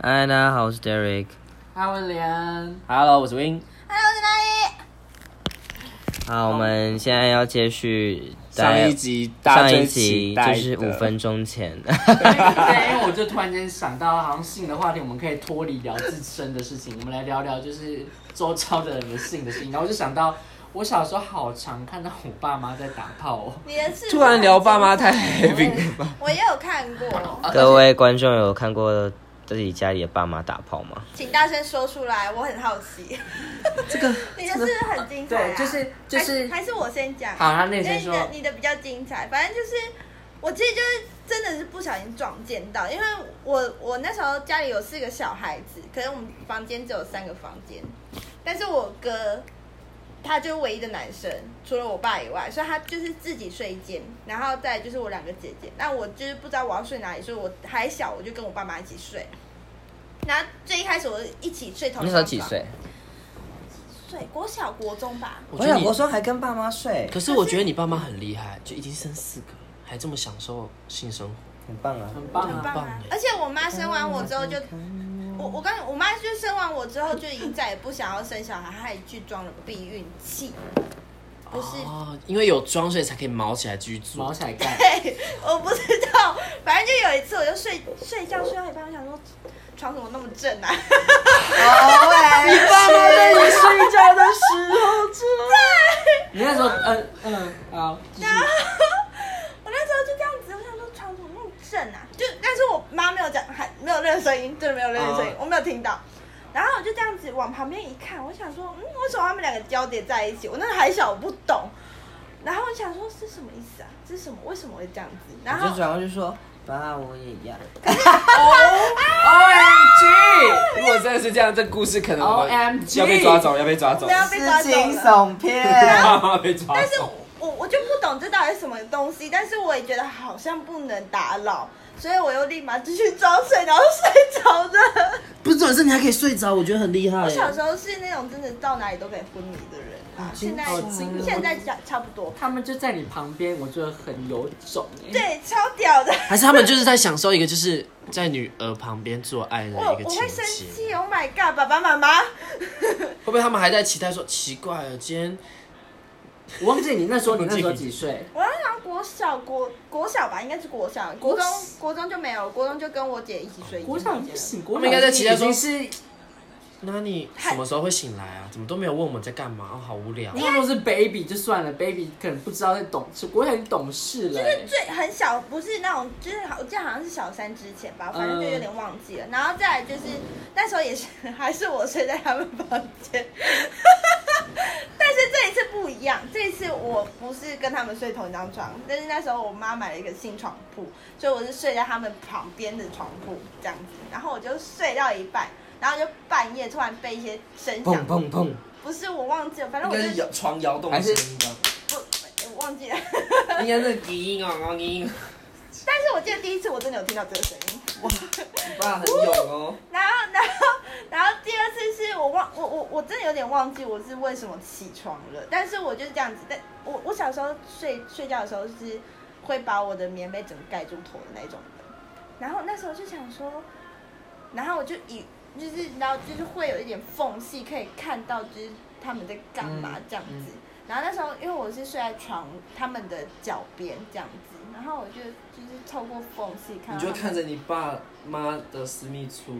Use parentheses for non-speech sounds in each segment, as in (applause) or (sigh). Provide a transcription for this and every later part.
嗨，大家好，我是 Derek。阿文莲， Hello，我是 Win。 Hello，我是哪里？好，我们现在要接续大家上一集大家上一最集期就待是的五分钟前，对，因为我就突然间想到，好像性的话题，我们可以脱离聊自身的事情，我们来聊聊就是周遭的人的性的事情。然后我就想到，我小时候好常看到我爸妈在打炮、哦，你的是突然聊爸妈太 heavy 了吧？我也有看过，各位观众有看过自己家里的爸妈打炮吗？请大声说出来，我很好奇。这个 (laughs) 你的是很精彩、对，啊，就是就还是，还是我先讲，好，他那因为天你说，的你的比较精彩，反正就是我其实就是真的是不小心撞见到，因为我我那时候家里有四个小孩子，可是我们房间只有三个房间，但是我哥他就是唯一的男生，除了我爸以外，所以他就是自己睡一间，然后再来就是我两个姐姐，那我就是不知道我要睡哪里，所以我还小，我就跟我爸妈一起睡。然后最一开始我就一起睡同那一时候张几床？岁？睡国小国中吧。我觉得想你我说还跟爸妈睡，可是我觉得你爸妈很厉害，就已经生四个了，还这么享受性生活。很棒啊！很棒很啊，棒棒啊欸！而且我妈生完我之后就，我我刚我妈就生完我之后就已经再也不想要生小孩，她还去装了避孕器。不是， (laughs) 哦，因为有装，所以才可以毛起来继续毛做。起来干，嘿，我不知道，反正就有一次我就睡睡觉睡到一半，我想说床怎么那么正啊？ (laughs) 你爸妈在你睡觉的时候，你那时候，嗯嗯，好，继续我那时候就这样子，我想说床怎么那么正啊？就但是我妈没有讲，还没有任何声音，真的没有任何声音哦嗯我没有听到。然后我就这样子往旁边一看，我想说，嗯，为什么他们两个交叠在一起？我那时候还小，我不懂。然后我想说，是什么意思啊？这是什么？为什么会这样子？然我就后转过去说：“爸，我也要。 OMG！如果真的是这样，这故事可能我们 OMG 要被抓走，要被抓走对，啊啊”被抓是走惊了。悚片。 (laughs) 被抓但是走。我我就不懂这到底是什么东西，但是我也觉得好像不能打扰，所以我又立马继续装睡，然后睡着了。不是重点是你还可以睡着，我觉得很厉害我耶。小时候是那种真的到哪里都可以昏迷的人啊，现在好精彩现在差差不多，他们就在你旁边，我觉得很有种欸，对，超屌的。还是他们就是在享受一个就是在女儿旁边做爱的我一个我情会生节。气，Oh my god，爸爸妈妈，会不会他们还在期待说奇怪了，今天我忘记你那时候你那时候几岁？我要想国小国国小吧，应该是国小，国中国中就没有，国中就跟我姐一起睡。国小不行，国他们应该在期待已说经是那你嗨什么时候会醒来啊？怎么都没有问我们在干嘛？哦，好无聊。那如果是 baby 就算了，baby 可能不知道在懂事，国小已经懂事了、就是最很小，不是那种，就是好，我记得好像是小三之前吧，反正就有点忘记了。然后再来就是那时候也是还是我睡在他们房间， (laughs) 但是这一次不一样，这一次我不是跟他们睡同一张床，但是那时候我妈买了一个新床铺，所以我是睡在他们旁边的床铺这样子，然后我就睡到一半。然后就半夜突然被一些声响，砰砰！不是我忘记了，反正我就摇床摇动还是音吧？不我忘记了。 (laughs) 应该是音啊，啊音。但是我记得第一次我真的有听到这个声音，爸很勇哦。然后，然后，然后第二次是我忘我我我真的有点忘记我是为什么起床了，但是我就是这样子。但我我小时候睡睡觉的时候是会把我的棉被整个盖住头的那种人，然后那时候就想说，然后我就以就是然后就是会有一点缝隙可以看到就是他们在干嘛嗯这样子。然后那时候因为我是睡在床他们的脚边这样子，然后我就就是透过缝隙看到他们着你爸妈的私密处，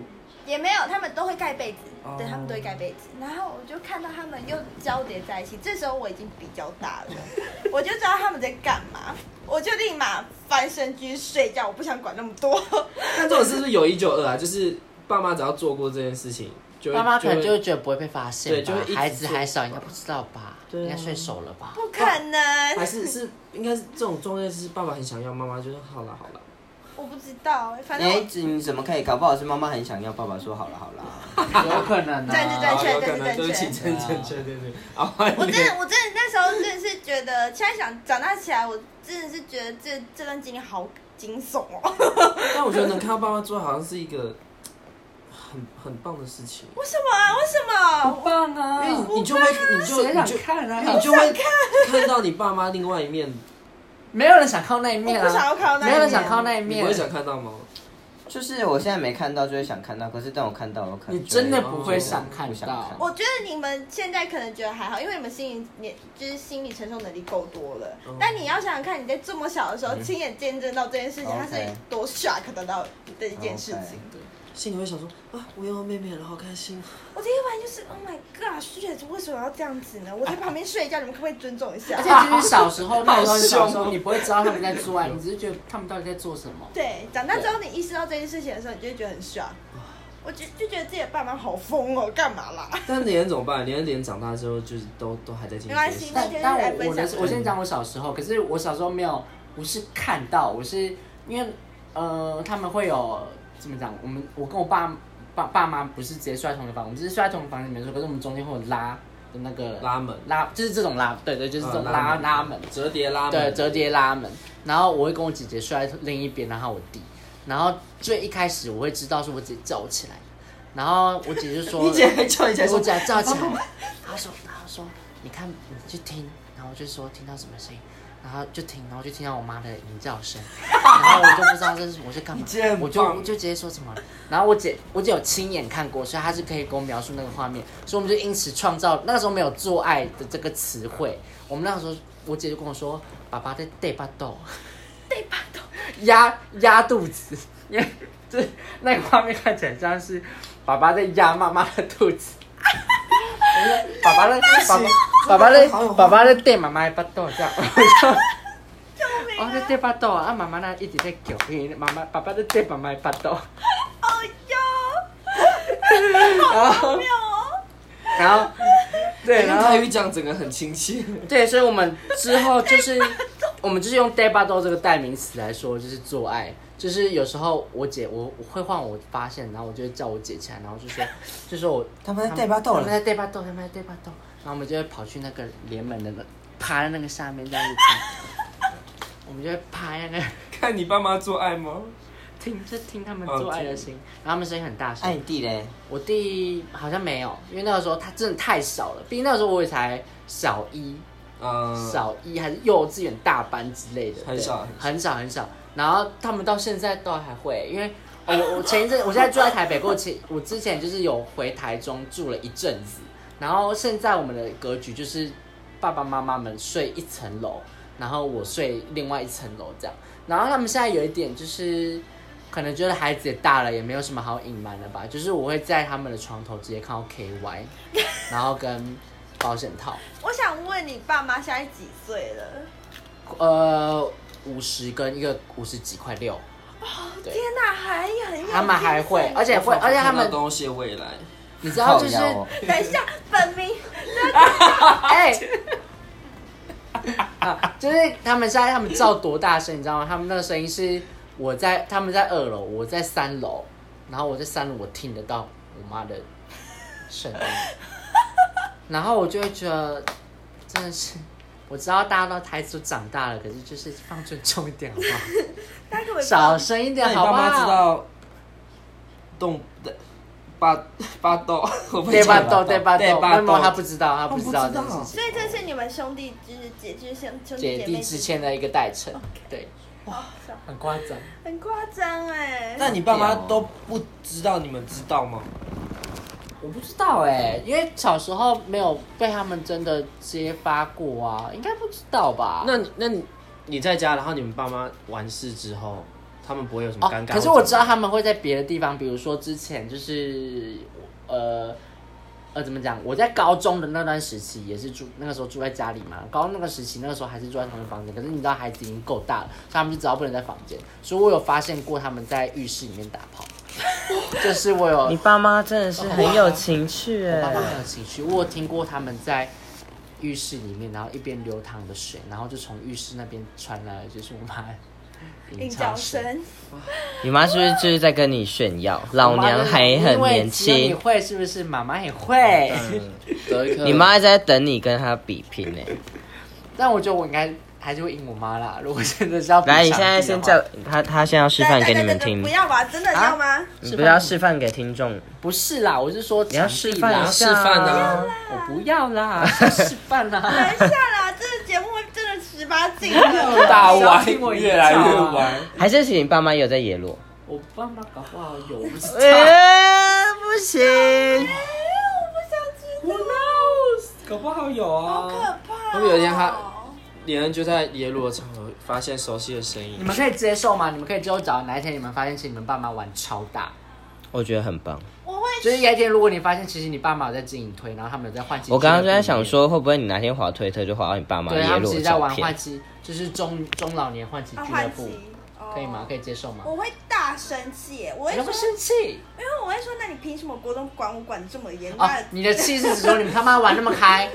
也没有，他们都会盖被子，哦对，他们都会盖被子。然后我就看到他们又交叠在一起，这时候我已经比较大了， (laughs) 我就知道他们在干嘛，我就立马翻身继续睡觉，我不想管那么多。但这种是不是有一就二啊？就是爸妈只要做过这件事情，就会妈妈可能就会会觉得不会被发现吧，对就会一直孩子做还小，应该不知道吧？应该睡熟了吧？不可哦还能，是是应该是这种状态，是爸爸很想要，妈妈就说好了好了。我不知道，欸反正哎我，你怎么可以？搞不好是妈妈很想要，爸爸说好了好了。有可能呢、对对对啊。正确哦有可能正确就是起正正确正确对对。啊，换我你真的我真的那时候真的是觉得，现在想长大起来，我真的是觉得这这段经历好惊悚哦。但我觉得能看到爸妈做，好像是一个很很棒的事情。为什么啊？为什么？棒啊！因为你你就会你就谁你想就看因为你啊？就会看到你爸妈另外一面，没有人想看到那一面啊！我不想要看到那一面没有人想看到那一你面。不会想看到吗？就是我现在没看到，就会想看到，可是当我看到，我可能你真的就不会想看不想看到。我觉得你们现在可能觉得还好，因为你们心理年就是心理承受能力够多了。但你要想想看，你在这么小的时候亲眼见证到这件事情，它是 OK 多 shock 得到的一件事情。心里会想说啊，我有妹妹了，好开心。我第一晚就是 Oh my God，雪子为什么要这样子呢？我在旁边睡觉，你们可不可以尊重一下而？且就是小时候，那时候小时候你不会知道他们在做爱，你只是觉得他们到底在做什 (laughs) 么。 (laughs) 对，长大之后你意识到这件事情的时候，你就会觉得很 shock。我就就觉得自己的爸妈好疯哦，干嘛啦？ (laughs) 但连怎么办？连连长大之后就是都都还在经历没关这系些事。但那天但来我分我享的是我先讲我小时候，可是我小时候没有，不是看到，我是因为呃他们会有怎么讲？我们我跟我爸爸爸妈不是直接睡在同一个房，我们只是睡在同一个房里面睡，可是我们中间会有拉的那个拉门拉，就是这种拉，对对，就是这种嗯啊拉拉门，折叠拉门，对，折叠拉门。然后我会跟我姐姐睡在另一边，然后我弟。然后最一开始我会知道是我姐叫我起来，然后我姐就说，你姐还叫你起来我说姐叫起来，她说，她说，你看，你去听，然后我就说听到什么声音，然后就听，然后就听到我妈的吟叫 (laughs) 声，然后我就不知道这是我在干嘛姐，很我就棒我就直接说什么了，然后我姐我姐有亲眼看过，所以她是可以给我描述那个画面，所以我们就因此创造那个时候没有做爱的这个词汇，我们那个时候我姐就跟我说，爸爸在对巴豆，对巴豆，压压肚子，因为这那个画面看起来像是爸爸在压妈妈的肚子。爸爸在爸爸爸爸在爸爸在对妈妈的巴肚这样， (laughs) 我就哦，在对巴肚啊，啊妈妈那一直在叫，因为妈妈爸爸在对妈妈的巴肚， (laughs) 哦哟，然后没有哦，然后哎对，用然后台语讲整个很亲切。 (laughs) 对，所以我们之后就是 (laughs) 我们就是用 day b a d o 这个代名词来说，就是做爱。就是有时候我姐我我会换我发现，然后我就会叫我姐起来，然后就说 (laughs) 就说我他们在 day 巴豆了他们在 day 巴豆，他们在 day 巴豆，然后我们就会跑去那个帘门的那趴在那个下面这样子听，我们就会趴在那个看你爸妈做爱吗？听就听他们哦做爱的听声音，然后他们声音很大声爱。你弟嘞，我弟好像没有，因为那个时候他真的太少了，毕竟那个时候我也才小一，嗯，小一还是幼稚园大班之类的，很对少很少很少。然后他们到现在都还会，因为我我前一阵我现在住在台北，过前 (laughs) 我之前就是有回台中住了一阵子，然后现在我们的格局就是爸爸妈妈们睡一层楼，然后我睡另外一层楼这样。然后他们现在有一点就是。可能觉得孩子也大了，也没有什么好隐瞒的吧。就是我会在他们的床头直接看到 KY，然后跟保险套。我想问你爸妈现在几岁了？呃，五十跟一个五十几块六，对天哪，还很有他们还会，而且会，而且他们，东西的未来，你知道就是，靠腰哦 (laughs) 等一下，本 (laughs) 名哎、啊，就是他们现在他们叫多大声，你知道吗？他们那个声音是我在他们在二楼，我在三楼，然后我在三楼我听得到我妈的声音，然后我就会觉得真的是。我知道大家都孩子都长大了，可是就是放尊重一点好不好？大家可不可以小声一点那你好不爸好？妈知道动的巴巴豆， (laughs) 我不对吧？讲豆对吧？对豆，巴那么他豆不知道，他不知道这他件不知道事情所以这是你们兄弟就是姐就是兄兄弟姐姐弟妹之间的一个代称，对，哦， (laughs) 很夸张。很夸张哎。那你爸妈都不知道，你们知道吗？我不知道哎、因为小时候没有被他们真的揭发过啊，应该不知道吧？那你那你你在家，然后你们爸妈完事之后，他们不会有什么尴哦，尬？可是我知道他们会在别的地方，比如说之前就是呃呃怎么讲？我在高中的那段时期也是住那个时候住在家里嘛，高中那个时期那个时候还是住在同一个房间，可是你知道孩子已经够大了，所以他们就只要不能在房间，所以我有发现过他们在浴室里面打 (laughs) 炮，就是我有你爸妈真的是很有情趣我爸妈哎，很有情绪，我有听过他们在浴室里面，然后一边流淌的水，然后就从浴室那边传来，就是我 (laughs) 妈的领吟教唱声。声，你妈是不是就是在跟你炫耀？老娘还因很为年只有你轻，会是不是？妈妈也会。德克你妈在等你跟她比拼呢。但我觉得我应该还是会赢我妈啦。如果真的是要比来，你长现在臂的先话叫她，她现在要示范给你们对对对对听不，要吧，真的要啊吗？你不要示范给听众，不是啦，我是说你要长示臂范啦一示下范啊啊。我不要啦，示范等哎啦。一下啦，这个节目真的十八禁了。大玩 (laughs) 我一越来跳越啊玩，还是其实你爸妈有在野路，我爸妈搞不好有，我不知道。哎，不行，哎我不想知 Who knows？搞不好有道，好啊。可怕、哦会不会有一天他李恩就在耶鲁的场合发现熟悉的声音嗯你，们可以接受吗？你们可以接受，找哪一天你们发现其实你们爸妈玩超大，我觉得很棒。我会就是有一天如果你发现其实你爸妈有在经营推，然后他们有在换机，我刚刚就在想，说，会不会你哪天滑推特就滑到你爸妈对，耶他们鲁其的实在照玩片换？机，就是中中老年换机啊俱乐换部，旗，哦可以吗？可以接受吗？我会大生气耶，我会你说那么，生气因为我会说，那你凭什么国中管我管的这么严？哦啊那，你的气是指说你们他妈玩那么 (laughs) 开，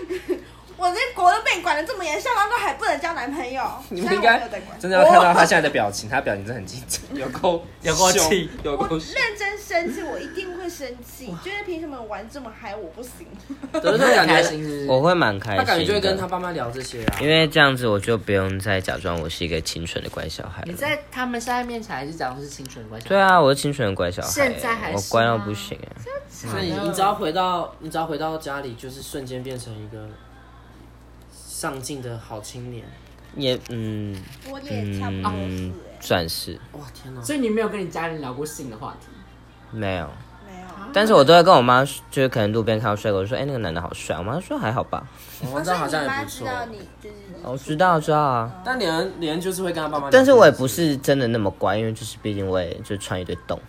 我这国中被你管的这么严，上高中还不能交男朋友？你虽们然应我没该有在管真的要看到他现在的表情，他表情真的很紧张， (laughs) 有够有够凶气，有我够 (laughs) 凶。认真生气，我一定会生气，就是凭什么玩这么嗨，我不行。可是他很感开心觉，是我不是？会蛮开心他的，感觉就会跟他爸妈聊这些啊。因为这样子我就不用再假装我是一个清纯的乖小孩你了。在他们现在面前还是假装是清纯关系？对啊，我是清纯的乖小孩，现在还是吗我乖到不行哎。所以你只要回到，你只要回到家里，就是瞬间变成一个上进的好青年。也嗯 (laughs) 我也差不多是嗯，算是哇，天哪！所以你没有跟你家人聊过性的话题？没有，哎，没有。但是我都会跟我妈，就是可能路边看到帅哥，我就说哎、那个男的好帅，我妈说还好吧。我妈知道好像你也妈不知错，道你就是你我知道知道啊，但连连就是会跟他爸妈聊这些事。但是我也不是真的那么乖，因为就是毕竟我也就穿一堆洞。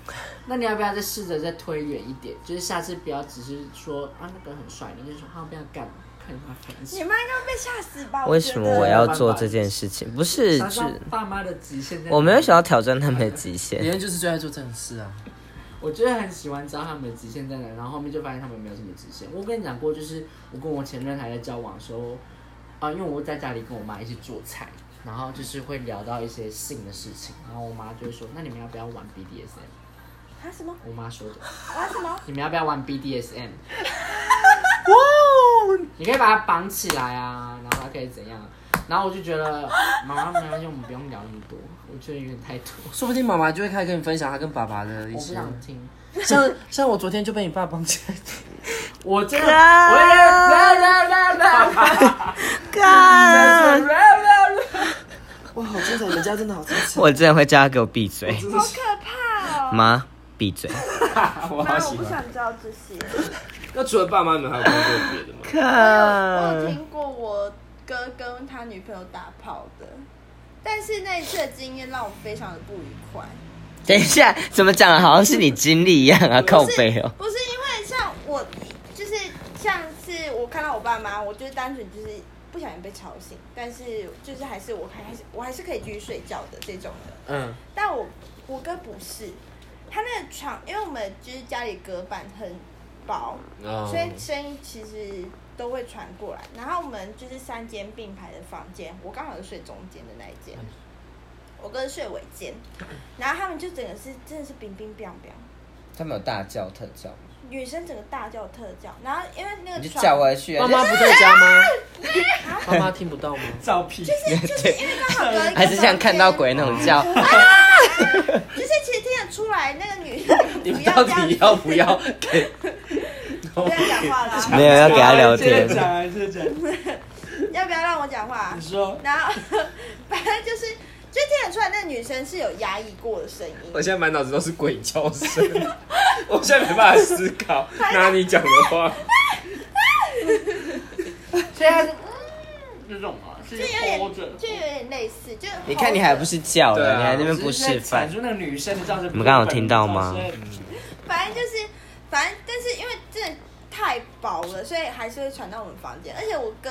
那你要不要再试着再推远一点？就是下次不要只是说啊那个很帅，你就说他不要干，看你妈烦你死。妈应该被吓死吧？为什么我要做这件事情？不是，想是想爸妈的极限在哪里我没有想要挑战他们的极限。连就是最爱做这种事啊。我觉得很喜欢知道他们的极限在哪，然后后面就发现他们没有什么极限。我跟你讲过，就是我跟我前任还在交往的时候，啊，因为我在家里跟我妈一起做菜，然后就是会聊到一些性的事情，然后我妈就会说：“那你们要不要玩 BDSM？” 啊什么我妈说的玩什么？：“你们要不要玩 BDSM？” 你可以把它绑起来啊，然后它可以怎样？然后我就觉得，妈妈没关系，我们不用聊那么多，我觉得有点太多，说不定妈妈就会开始跟你分享她跟爸爸的一我不些。想听。像像我昨天就被你爸绑起来，我真的，我啊也，干， (laughs) 哇，好精彩！你们家真的好精彩。我真的会叫他给我闭嘴，好可怕哦！妈闭 (laughs) 嘴。我妈，我不。想知道这些。那除了爸妈，你们还有看过别的吗？我有我有看，听过我哥跟他女朋友打炮的，但是那一次的经验让我非常的不愉快。等一下，怎么讲的啊好像是你经历一样 (laughs) 啊？靠不是背哦。不是因为像我，就是上次我看到我爸妈，我就是单纯就是不小心被吵醒，但是就是还是我还是我还是可以继续睡觉的这种的。嗯，但我我哥不是，他那个床，因为我们就是家里隔板很薄，嗯哦所以声音其实都会传过来。然后我们就是三间并排的房间，我刚好是睡中间的那一间，我哥是睡尾间，然后他们就整个是真的是冰冰冰冰。他们有大叫特叫，女生整个大叫特叫，然后因为那个你就床叫回去啊爸！妈不在家 (laughs) 吗？爸妈听不到吗？照片。就是因为刚好隔一 (laughs) 个还是像看到鬼那种叫。房间，就是其实听得出来那个女生 (laughs) 你们不到要这样底子要不要给？ (laughs) 不要讲话啊啦， (laughs) 没有要给他聊天 (laughs) 接着，讲啊，接着讲。要不要让我讲话啊你？说，然后 (laughs) 反正就是就听得出来那个女生是有压抑过的声音，我现在满脑子都是鬼叫声，我现在没办法思考那你讲的话。现在是这种啊，是就有点拖着。就有点类似，就你看你还不是叫对了，啊你还在那边只不是在示范阐。述那个女生的这样子。你们刚刚有听到吗嗯反正就是，反正但是因为真的太薄了，所以还是会传到我们房间。而且我哥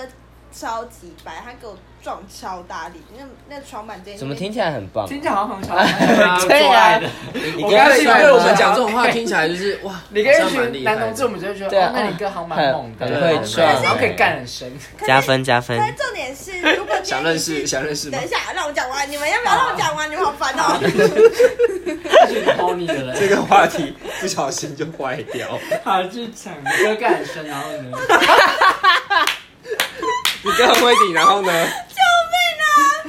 超级白，他给我撞超大力，那那床板直接怎么听起来很棒？听起来好像很小孩，对啊，你我刚刚才才因以为为我我们们讲讲这这种种话话听听起来就是哇，你跟一群男同志，我这们就会觉对得，哦啊，那你哥好像蛮猛的，很对会啊很撞，然后可以干很深。加分加分但。是重点是，如 (laughs) 果今天想你认是识想认识吗等一？下，让我讲完。你们要不要让我讲完？你们好烦哦、 (laughs) 去偷你的人，这个话题不小心就坏 (laughs) 掉。好去抢你哥干很深，然后呢？你跟他会顶，然后呢？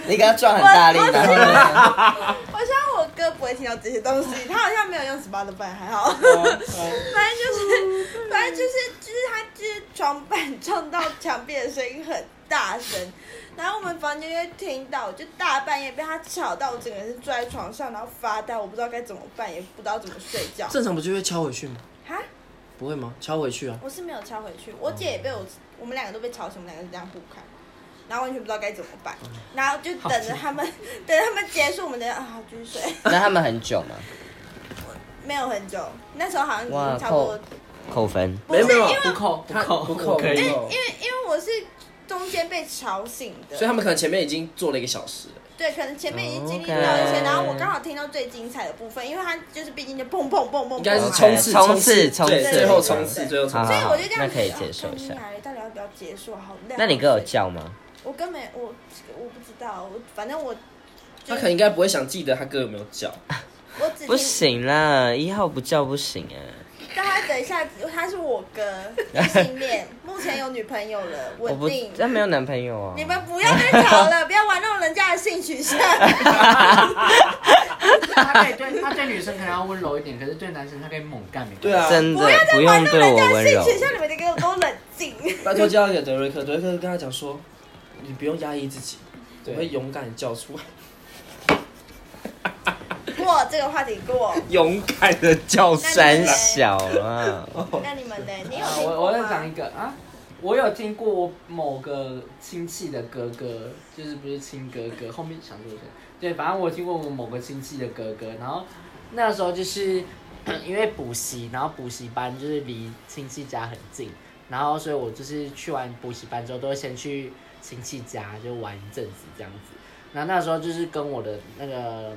你给他撞很大力，然后呢？我希望我哥不会听到这些东西，他好像没有用 Spotify，还 (laughs) 好。反正就是，反正就是，就是他就是床板撞到墙壁的声音很大声，然后我们房间就会听到，就大半夜被他吵到，我整个人是坐在床上，然后发呆，我不知道该怎么办，也不知道怎么睡觉。正常不就会敲回去吗？哈，不会吗？敲回去啊，我是没有敲回去，我姐也被我，我们两个都被吵醒，我们两个是这样互看，然后完全不知道该怎么办，然后就等着他们，等他们结束，我们等啊继续睡，那他们很久吗？没有很久，那时候好像已哇经差不多扣，扣分。哎不是因没有没为有不扣不他扣不扣我可以不因为扣因为因为我是中间被吵醒的，所以他们可能前面已经做了一个小时了。对，可能前面已经经历到一些哦 OK 然后我刚好听到最精彩的部分，因为他就是毕竟就砰砰砰砰，应该是 OK，冲刺，冲刺刺，冲对刺最后冲刺，最后冲好刺所以。我就这样那子可以啊接受干一下你啊到底要不要结束啊？好累啊。那你哥有叫吗？我根本我我不知道，我反正我他可能应该不会想记得他哥有没有叫，我只不是，行啦，一号不叫不行哎、但他等一下，他是我哥，异性恋，目前有女朋友了，我稳不定，。他没有男朋友啊。你们不要再吵了，不要玩弄人家的性取向。他可以对他对女生可能要温柔一点，可是对男生他可以猛干。没关系 (laughs) 对啊 (laughs) 真的不要再不用玩弄对人我家的温性柔。取向，你们得给我给我冷静。 (laughs) 拜托叫给德瑞克，德瑞克跟他讲说，你不用压抑自己，我会勇敢地叫出来， (laughs) 过这个话题过，勇敢的叫三三小小啊！那你们呢？你有啊听我过我再讲吗一？个啊，我有听过我某个亲戚的哥哥，就是不是亲哥哥，后面想说谁？对，反正我有听过我某个亲戚的哥哥，然后那时候就是因为补习，然后补习班就是离亲戚家很近，然后所以我就是去完补习班之后，都会先去亲戚家就玩一阵子这样子。然后那时候就是跟我的那个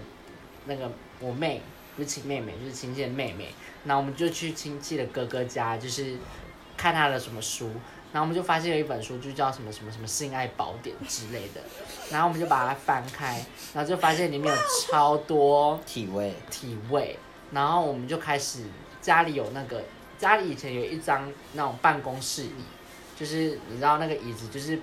那个我妹，不是亲妹妹，就是亲戚的妹妹。然后我们就去亲戚的哥哥家，就是看他的什么书，然后我们就发现有一本书就叫什么什么什么性爱宝典之类的，然后我们就把它翻开，然后就发现里面有超多体味，体位，然后我们就开始家里有那个家里以前有一张那种办公室椅，就是你知道那个椅子就是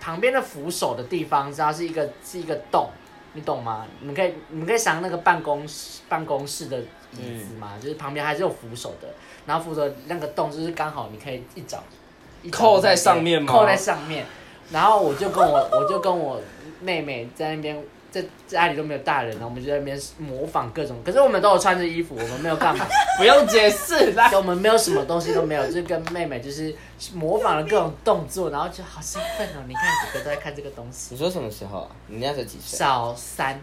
旁边的扶手的地方，知道是一个是一个洞，你懂吗？你们可以你们可以想那个办公室办公室的椅子嘛，就是旁边还是有扶手的，然后扶手那个洞就是刚好你可以一脚一 (laughs) 脚扣在上面吗扣在上面，然后我就跟 (laughs) 我我就跟我妹妹在那边。在家里都没有大人，然后我们就在那边模仿各种，可是我们都有穿着衣服，我们没有 (laughs) 干嘛，不用解释啦。所以我们没有什么东西都没有，就是跟妹妹就是模仿了各种动作，然后就好兴奋哦！你看几个都在看这个东西你，说什么时候啊？你那时候几岁？小三，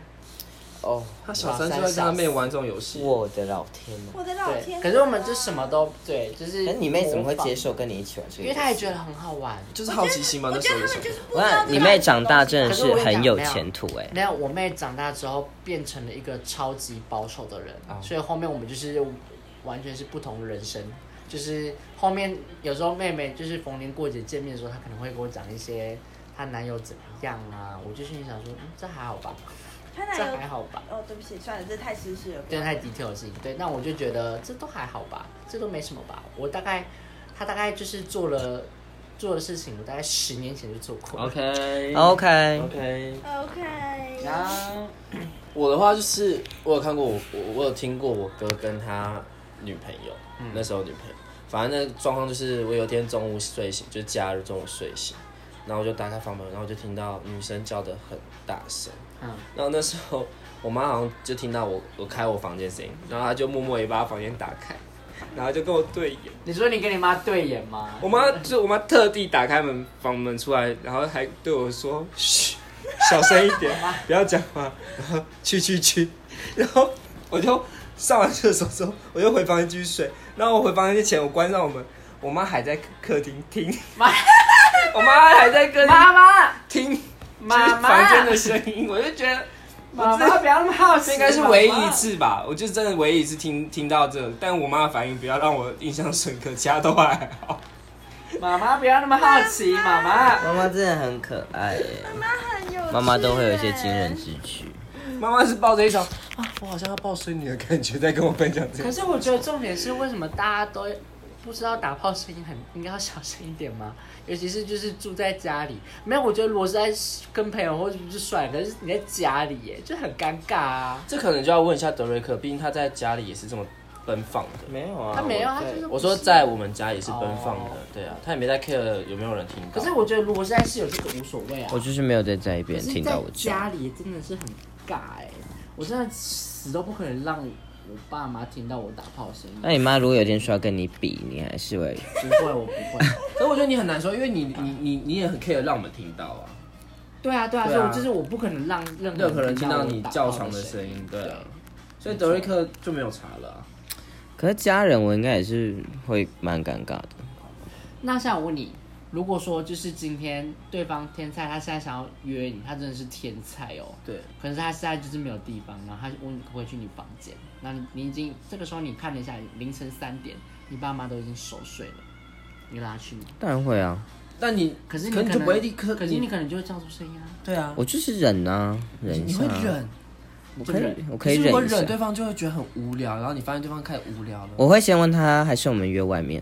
哦，他小三就在跟他妹玩这种游戏，我的老天呐！我的老天啊！对，可是我们就什么都对，就是那你妹怎么会模仿接？受跟你一起玩这个？因为她也觉得很好玩。就是好奇心嘛。我那觉时候得的他想们法就是不我知道看这你到妹底长是大什真么东的西是很有前途哎、没有，我妹长大之后变成了一个超级保守的人，所以后面我们就是完全是不同人生。就是后面有时候妹妹就是逢年过节见面的时候，她可能会跟我讲一些她男友怎么样啊，我就心里想说，嗯，这还好吧，他哪这有还好吧。哦，对不起，算了，这太私事了。对太 detail 的事情，对，那我就觉得这都还好吧，这都没什么吧。我大概他大概就是做了做的事情，我大概十年前就做过。OK，OK OK。 OK，然后我的话就是我有看过我我我有听过我哥跟他女朋友，那时候女朋友，反正那状况就是我有一天中午睡醒，就是假日中午睡醒，然后我就打开房门，然后我就听到女生叫的很大声，嗯然后那时候我妈好像就听到我我开我房间声音，然后她就默默也把房间打开，然后就跟我对眼。你说你跟你妈对眼吗？我妈就我妈特地打开门房门出来，然后还对我说：“嘘，小声一 (laughs) 点，不要讲话。”然后去去去，然后我就上完厕所之后，我就回房间继续睡。然后我回房间前，我关上我门，我妈还在客厅听，妈 (laughs) 我妈还在客厅妈妈听妈妈房间的声音，我就觉得。妈妈不要那么好奇，这应该是唯一一妈妈。次吧，我就真的唯一一次听听到这，但我妈的反应不要让我印象深刻，其他都还好。妈妈不要那么好奇，妈妈。妈妈真的很可爱、欸，妈很有趣妈妈都会有一些惊人之举。妈妈是抱着一种啊，我好像要抱孙女的感觉，在跟我分享这可个。是我觉得重点是为什么大家都不知道打炮声音很应该要小声一点吗？ (laughs) 尤其是就是住在家里，没有，我觉得如果是在跟朋友或者就算了，可是你在家里耶，就很尴尬啊。这可能就要问一下德瑞克，毕竟他在家里也是这么奔放的。没有啊，他没有我他就是我说在我们家也是奔放的，对啊，他也没在 care 有没有人听可到。是我觉得如果是在室友这个无所谓啊，我就是没有在在意别人可是听在到我讲。家里真的是很尬哎、我真的死都不可能让我爸妈听到我打炮声音，那你妈如果有一天说要跟你比，你还是会 (laughs) 不会，我不会。可是我觉得你很难说，因为你你你你也很 care 让我们听到啊，对啊，对啊，对所啊以我就是我不可能让任任何何人啊听到我你打叫炮床的的声音，对对啊。所以德瑞克就没有查了啊、可是家人，我应该也是会蛮尴尬的。那现在我问你，如果说就是今天对方天菜，他现在想要约你，他真的是天菜哦。对。可是他现在就是没有地方，然后他就问你可不可以去你房间。那你你已经这个时候你看了一下，凌晨三点，你爸妈都已经熟睡了，你拉去吗？当然会啊，但你可是你可能你就不会立刻，可是你可能就会叫出声音啊。对啊，我就是忍啊，忍一你下会啊。忍，我可以忍，我可以是如果忍一忍，下。对方就会觉得很无聊，然后你发现对方开始无聊了，我会先问他，还是我们约外面？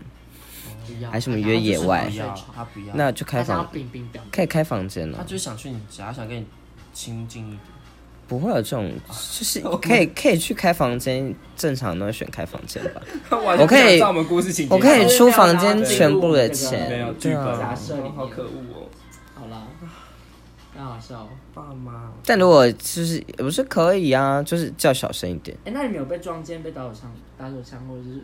不要还是我们他想约要野就是外睡不要床他不要，那就开他想要房，冰冰冰。可以开房间啊他了。就是想去你家，想跟你亲近一点。不会有这种，就是可以可以去开房间，正常都会选开房间吧。 (laughs) (laughs) 我我可以我们故事情节我可以好出房间全部的钱，没有对剧本，啊。假设里面好可恶哦，好了，那好笑哦。爸妈。但如果就是也不是可以啊，就是叫小声一点。哎、那你们有被撞见、被打手枪、打手枪，或者是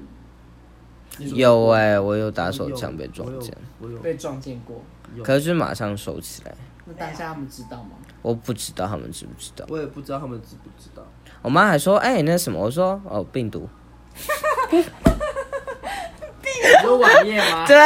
有哎、我有打手枪被撞见，我有，被撞见过？可是就是马上收起来。那当下他们知道吗？我不知道他们知不知道。我也不知道他们知不知道。我妈还说：“哎、那什么？”我说：“哦，病毒。你说网页 (laughs) 吗？对，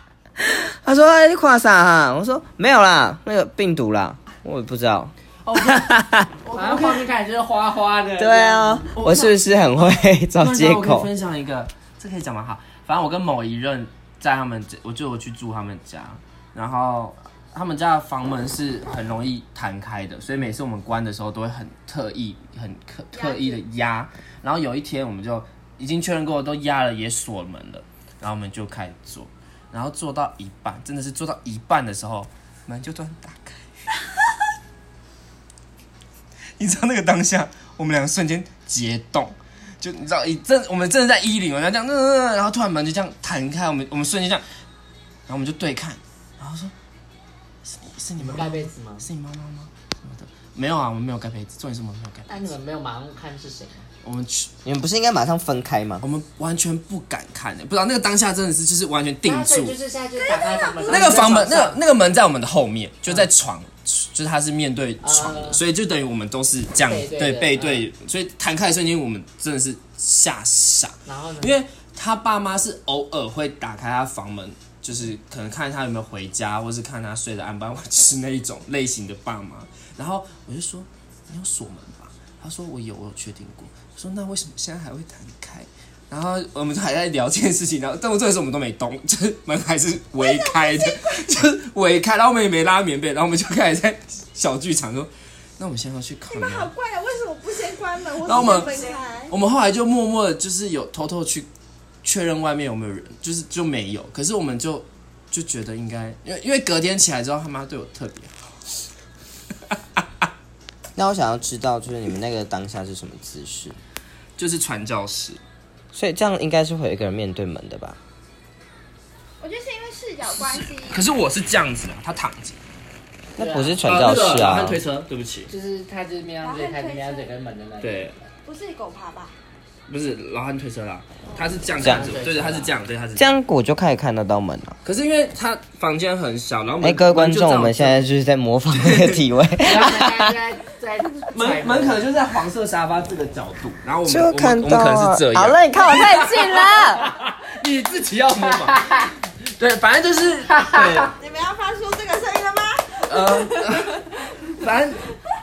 (laughs) 她说：“哎、你夸啥啊？”我说：“没有啦，那个病毒啦，我也不知道。反正画面看起来就是花花”的。对啊，我是不是很会找借我可以口？分享一个，这可以讲吗？好，反正我跟某一任在他们家，我就我去住他们家，然后他们家的房门是很容易弹开的，所以每次我们关的时候都会很特意、很刻特意的压。然后有一天我们就已经确认过都压了，也锁门了，然后我们就开始做，然后做到一半，真的是做到一半的时候，门就突然打开。你知道那个当下，我们两个瞬间解冻，就你知道，一阵我们真的在衣领，然后这样，嗯、嗯嗯然后突然门就这样弹开，我们我们瞬间这样，然后我们就对看，然后说，是你是你你们们盖被子吗？是你妈妈吗？什么的？没有啊，我们没有盖被子，重点是我们没有盖被那你们没有马上看是谁啊吗？子，我们去，你们不是应该马上分开吗我？们完全不敢看的、不知道那个当下真的是就是完全定那所以住啊就，是现在就是打开房门，那个房门，那个那个门在我们的后面，就在床，就是它是面对床的，呃所以就等于我们都是这样背对对的啊背对，所以弹开的瞬间我们真的是吓傻，然后呢？因为他爸妈是偶尔会打开他房门，就是可能看他有没有回家，或是看他睡得安不安稳，就是那一种类型的爸妈。然后我就说你有锁门吧，他说我有，我有确定过。我说那为什么现在还会弹开？然后我们就还在聊这件事情，然后但我这个时候我们都没动， (laughs) 就是门还是围开的， (laughs) 就是围开，然后我们也没拉棉被，然后我们就开始在小剧场说，那我们先要去烤你吗们？好怪啊！为什么不先关门，然后我或们者先分开？我们后来就默默的，就是有偷偷去确认外面有没有人，就是就没有。可是我们就就觉得应该，因为因为隔天起来之后，他妈对我特别好。那我想要知道，就是你们那个当下是什么姿势？就是传教士，所以这样应该是会有一个人面对门的吧？我觉得是因为视角关系，可是我是这样子啊，他躺着，那不是传教士啊，推车，对不起，就是他就是面向这，他就面向这个门的那里。对，不是狗爬吧？不是老汉推车啦，他是这样这样看着我，对对，他是这样，对他是这。样我就可以看得到门了。可是因为他房间很小，然后哎、门各位观门就在众，我们现在就是在模仿那个 (laughs) 体位。然后大家就在在门门可能就在黄色沙发这个角度，然后我们就看到我们我们可能啊是这样，好了，你看我太近 (laughs) 了。你自己要摸嘛。对，反正就是，对，你们要发出这个声音了吗？呃，反正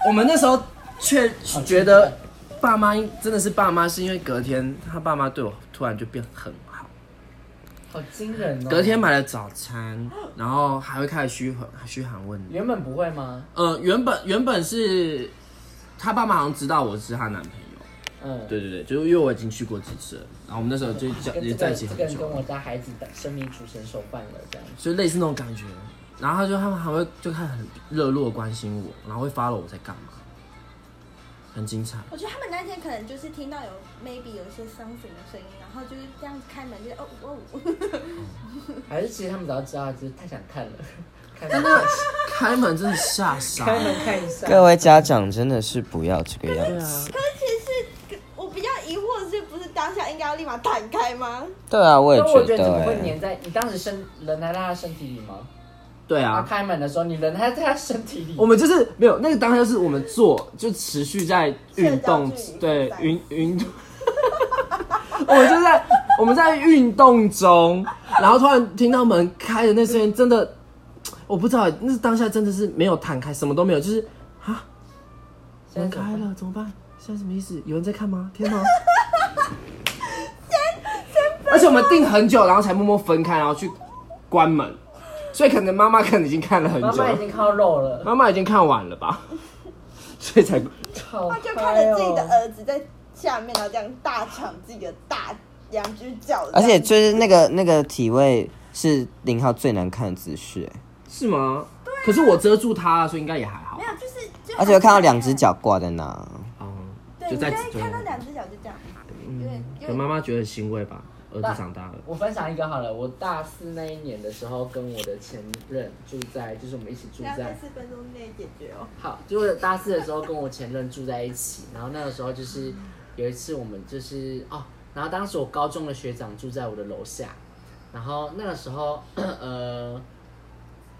我们那时候却觉得爸妈应真的是爸妈，是因为隔天他爸妈对我突然就变很好，好惊人哦！隔天买了早餐，然后还会开始嘘寒嘘寒问暖。原本不会吗？呃，原本原本是他爸妈好像知道我是她男朋友，嗯，对对对，就是因为我已经去过几次了，然后我们那时候就在跟也这在个一起这很个人久跟了。我家孩子的生命主神手办了这样。就类似那种感觉。然后他就他们还会就开始很热络地关心我，然后会 follow 我在干嘛。很精 (laughs) 彩。我觉得他们那天可能就是听到有 maybe 有一些 something 的声音，然后就是这样子开门，就是哦哦，还是其实他们早知道，就是太想 (laughs) 看了，看真的开门真的吓傻开了，门看一下。各位家长真的是不要这个啊样子。我比较疑惑的是不是当下应该要立马弹开吗？对啊，我也那我觉得怎得、么会哎欸，粘在你当时身人还在他身体里吗？对他啊，开门的时候，你人还在他身体里。我们就是没有那个当下就是我们做就持续在运动社交距离，对分散运运动， (laughs) 我们就在我们在运动中，然后突然听到门开的那瞬间，真的我不知道那当下真的是没有弹开，什么都没有，就是啊门开了怎么办？现在什么意思？有人在看吗？天哪！而且我们定很久，然后才默默分开，然后去关门，所以可能妈妈可能已经看了很久妈了。妈已经看到肉了，妈妈已经看完了吧， (laughs) 所以才好他就看嗨着自己的哦！儿子在下面，然后这样大抢自己的大两只脚，而且就是那个那个体位是林浩最难看的姿势、欸，是吗？可是我遮住他，所以应该也还好啊没。有就是，就而且我看到两只，脚挂在那，嗯，对，就你就在会看到对两只脚就这样，有点有可点妈妈觉得很欣慰吧，儿子长大了。我分享一个好了，我大四那一年的时候，跟我的前任住在，就是我们一起住要在在四分钟内解决哦。好，就是大四的时候跟我前任住在一起，然后那个时候就是有一次我们就是哦，然后当时我高中的学长住在我的楼下，然后那个时候呃，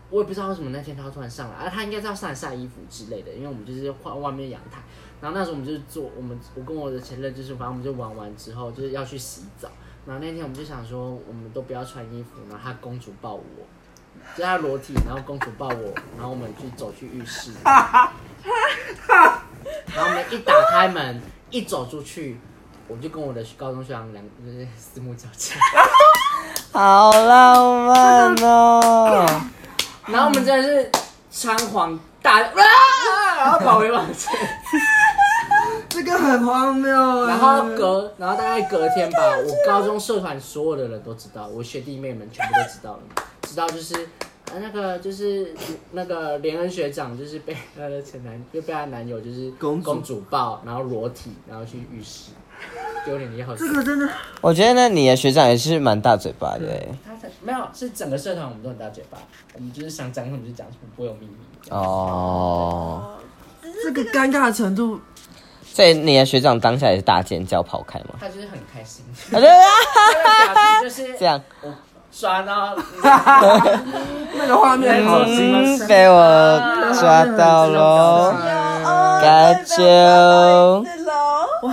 我也不知道为什么那天他突然上来，啊，他应该是要上来晒衣服之类的，因为我们就是换外面阳台，然后那时候我们就是做我们我跟我的前任就是反正我们就玩完之后就是要去洗澡，然后那天我们就想说我们都不要穿衣服，然后他公主抱我。就他裸体，然后公主抱我，然后我们去走去浴室，然后我们一打开门，一走出去，我就跟我的高中学长两就是四目交接，好浪漫哦、然后我们真的是仓皇大啊，然后跑回房间，这个很荒谬啊然后隔，然后大概隔天吧，我高中社团所有的人都知道，我学弟妹们全部都知道了，知道就是。呃那个就是那个连恩学长，就是被他的前男，就被他男友就是公主公主抱，然后裸体，然后去浴室，丢脸的要死。我觉得那你的学长也是蛮大嘴巴的、欸，他才没有，是整个社团我们都很大嘴巴，我们就是想讲什么就讲什么，不会有秘密。哦，这个尴尬的程度，所以你的学长当下也是大尖叫跑开嘛？他就是很开心，他就啊他的表情就 (laughs) 是这样，刷到， (laughs) 那个画面好心嗯，被我抓到喽，感觉是喽，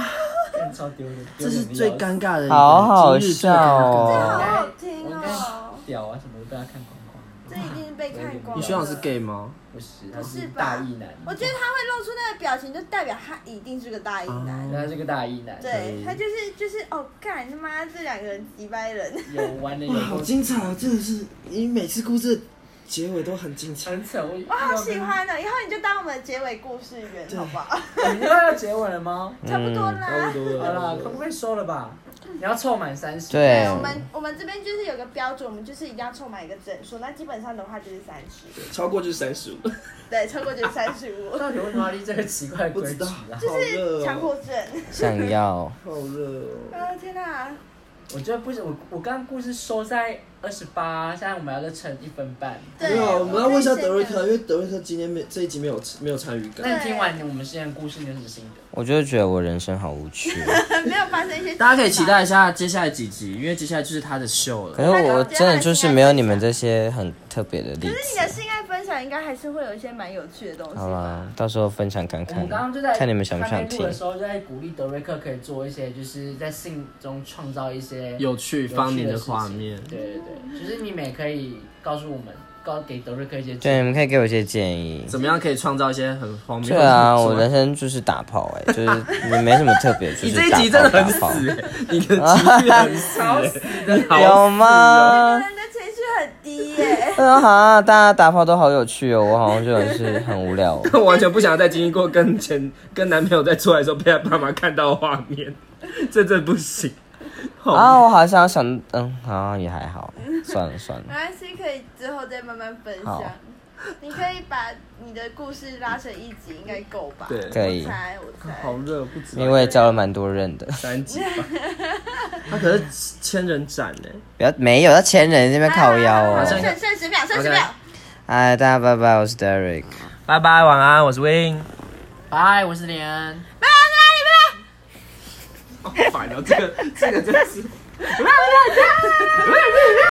干超丢脸，这是最尴尬的一个，好好今日最笑尴尬好哦。好听哦，屌啊什么都被他看光光。这一定是被看光。你学长是 gay 吗？不是，他不是是吧大意男，我觉得他会露出那个表情，就代表他一定是个大一男。啊他是个大意男，对他就是就是哦，干他妈这两个人几百人，有玩的有哇，好过，精彩哦！真的是你每次故事的结尾都很精彩。很扯，我我好喜。欢哦！以后你就当我们的结尾故事人，好不好？你又要结尾了吗？ (laughs) 差不多啦。多好了，嗯可不可以收了吧？你要凑满三十。对我们我们这边就是有个标准，我们就是一定要凑满一个整数，那基本上的话就是三十，超过就是三十五，对，超过就是三 (laughs) 十五，到底为什么要立这个奇怪的不规知矩道，啊？好是热强哦，迫症。想要好热哦。啊天哪！我觉得不是我，我刚刚故事收在二十八，现在我们要再乘一分半。没对，有，我们要问一下德瑞瑞克，因为德瑞克今天没这一集没有没有参与感。那你听完我们现在的故事，你有什么心得？我就是觉得我人生好无趣哦，没有发生一些，大家可以期。待一下接下来几集，因为接下来就是他的秀可了。是我真的就是没有你们这些很特别的例可是你的子。性爱分享应该还是会有一些蛮有趣的东西好啦吧？，到时候分享看我看们刚刚就在，看你们想不想听录的。时候就在鼓励德瑞克可以做一些，就是在性中创造一些有趣有趣方宁的的事情画面，对对对，就是你们也可以告诉我们，告给德瑞克一些对，你建议。们可以给我一些建议。怎么样可以创造一些很荒谬的？对啊，我人生就是打炮哎、就是也没什么 (laughs) 特别，就你这是一打集真的炮打很炮，死、欸，你的情绪 (laughs) 很死、欸，好有吗？人的情绪很 (laughs) 低耶。他说哈，大家打炮都好有趣哦，我好像就是很无聊、哦。 (laughs) 我完全不想再经历过跟前跟男朋友在出来的时候被他爸妈看到的画面，这真不行。好啊，我好像想，嗯，好像也还好，算了算了。没关系，可以之后再慢慢分好享。你可以把你的故事拉成一集，应该够吧？对可以我猜，我猜好。热，不止因为招了蛮多人的， (laughs) 三级吧。他可是千人斩欸呢，不要没有，他前人那边靠腰哦。啊剩剩十秒，剩十秒。嗨，大家拜拜，我是 Derek。拜拜，晚安，我是 Win。拜，我是连恩。好烦哦，这个这个真是。